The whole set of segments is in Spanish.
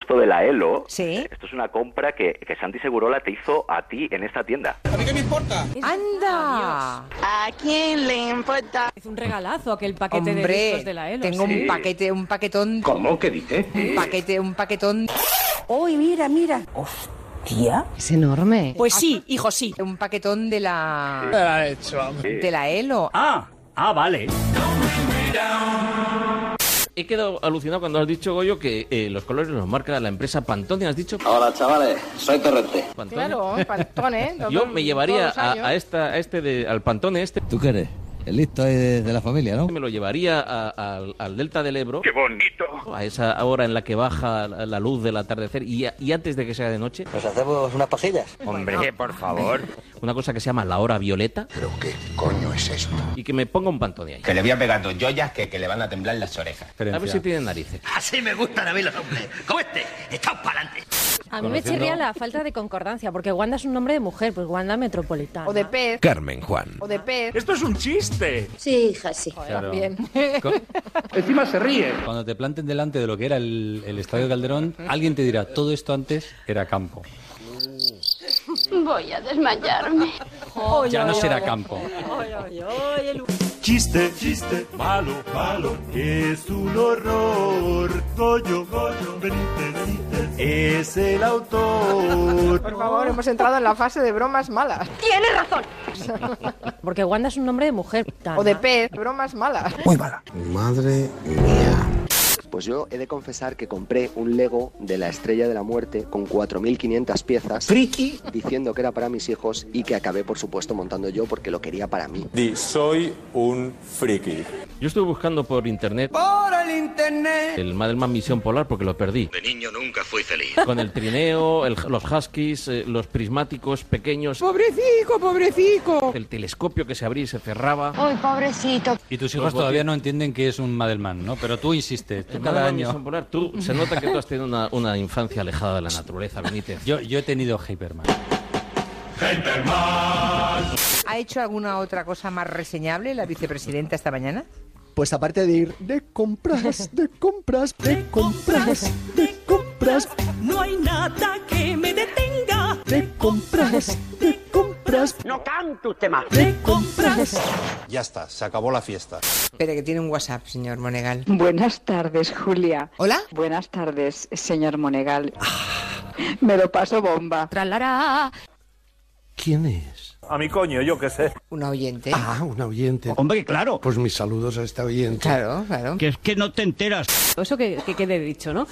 esto de la ELO, eh, Sí. esto es una compra que, que Santi Segurola te hizo a ti en esta tienda. ¡Anda! ¿A quién le importa? Es un regalazo aquel paquete de Hombre, discos de la ELO. tengo Sí. un paquete, un paquetón, ¿Cómo? ¿Qué dice? Eh, un paquete, un paquetón, Uy, mira, mira. Es enorme. Pues sí, hijo, sí. un paquetón de la de la Elo. Ah, ah, vale. He quedado alucinado cuando has dicho, Goyo, que eh, los colores los marca la empresa Pantone. ¿Has dicho? Hola chavales, soy Torrente. Pantone. Claro, pantones. Yo me llevaría a, a esta, a este de, al Pantone este, ¿Tú qué eres? El listo ahí de, de la familia, ¿no? me lo llevaría a- al- al delta del Ebro. ¡Qué bonito! a esa hora en la que baja la la luz del atardecer y, y antes de que sea de noche, ¿Nos hacemos unas pasillas? Hombre, por favor. una cosa que se llama la hora violeta. ¿Pero qué coño es esto? Y que me ponga un pantone ahí. Que le voy a pegar dos joyas que, le van a temblar las orejas. A ver si tiene narices. Así me gustan a mí los hombres. Como este, ¡Estamos para adelante. A mí me chirría la falta de concordancia, porque Wanda es un nombre de mujer, pues Wanda metropolitana. O de pez, Carmen Juan. o de pez. Esto es un chiste. Sí, hija, sí. También. Encima se ríe. Cuando te planten delante de lo que era el, el Estadio Calderón, alguien te dirá, todo esto antes era campo. Voy a desmayarme. Ya no será campo. Chiste, chiste, malo, malo. Es un horror. Goyo, Goyo, Benítez, Es el autor. Por favor, hemos entrado en la fase de bromas malas. Tienes razón. Porque Wanda es un nombre de mujer. O de pez, bromas malas. Pues yo he de confesar que compré un Lego de la Estrella de la Muerte con 4.500 piezas. ¡Friki! Diciendo que era para mis hijos y que acabé, por supuesto, montando yo porque lo quería para mí. Di, soy un friki. Yo estuve buscando por internet. ¡Por el internet! El Madelman Misión Polar porque lo perdí. De niño nunca fui feliz. Con el trineo, el- los huskies, eh, los prismáticos pequeños, Pobrecico, pobrecico. el telescopio que se abría y se cerraba. Uy, pobrecito. Y tus hijos todavía no entienden que es un Madelman, ¿no? Pero tú insistes, tú El cada Madelman Misión año. Polar, tú, se nota que tú has tenido una, una infancia alejada de la naturaleza, Benítez. Yo, yo he tenido Hyperman. ¿Ha hecho alguna otra cosa más reseñable la vicepresidenta esta mañana? Pues aparte de ir de compras, de compras, de compras, de compras, No hay nada que me detenga. de compras, de compras, No canto usted más. de compras. Ya está, se acabó la fiesta. Espera, que tiene un WhatsApp, señor Monegal. Buenas tardes, Julia. ¿Hola? Buenas tardes, señor Monegal. Me lo paso bomba. Tralará. ¿Quién es? A mi coño, yo qué sé. Una oyente. Ah, un oyente. Hombre, claro. Pues mis saludos a esta oyente. Claro, claro. Que es que no te enteras. Eso que, que quede dicho, ¿no?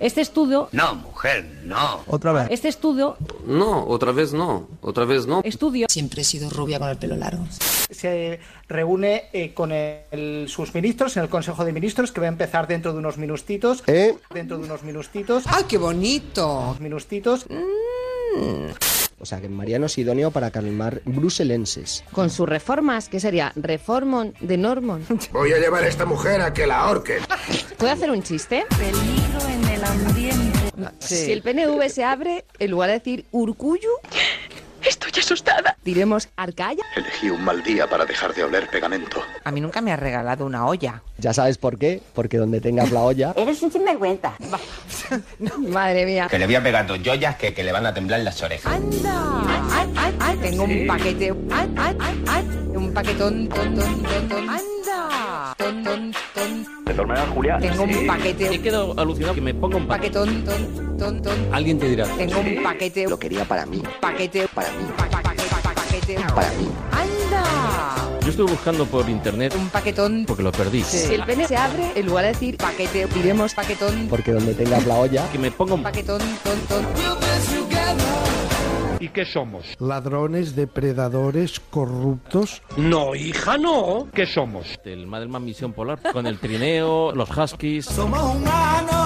Este estudio, No, mujer, no. Otra vez. este estudio, No, otra vez no, otra vez no. estudio, Siempre he sido rubia con el pelo largo. Se reúne eh, con sus ministros en el Consejo de Ministros que va a empezar dentro de unos minutitos. ¿Eh? Dentro de unos minutitos. ¡Ay, qué bonito! Minutitos. O sea, que Mariano Sidonio para calmar bruselenses. Con sus reformas, que sería reformon de Normon. Voy a llevar a esta mujer a que la ahorquen. ¿Puedo hacer un chiste? Si el PNV se abre, en lugar de decir Urcuyu, Estoy asustada. diremos Arcaya. Elegí un mal día para dejar de oler pegamento. A mí nunca me ha regalado una olla. Ya sabes por qué, porque donde tengas la olla... Eres un sinvergüenza. Madre mía. Que le voy a pegar dos joyas que, que le van a temblar las orejas. ¡Anda! Ay, ay, ay, tengo un paquete. Ay, ay, ay, ay, un paquetón. Ton, ton, ton, ton. ¡Anda! Ton, ton, ton. De todas maneras, Julia, eh, Tengo un sí, He paquete. quedado alucinado que me ponga un Un pantone. paquetón. Ton, ton, ton. Alguien te dirá, Tengo un paquete. lo quería para mí. Paquete. Para mí. Paquete. Para mí. ¡Anda! Yo estuve buscando por internet Un paquetón. porque lo perdí. Sí. Si el PNV se abre, en lugar de decir Paquete. Diremos paquetón. Porque donde tengas la olla... Que me ponga un Paquetón. Ton, ton. ¿Y qué somos? Ladrones, depredadores, corruptos... No, hija, no. ¿Qué somos? El Madelman Misión Polar con el trineo, los huskies. Somos humanos.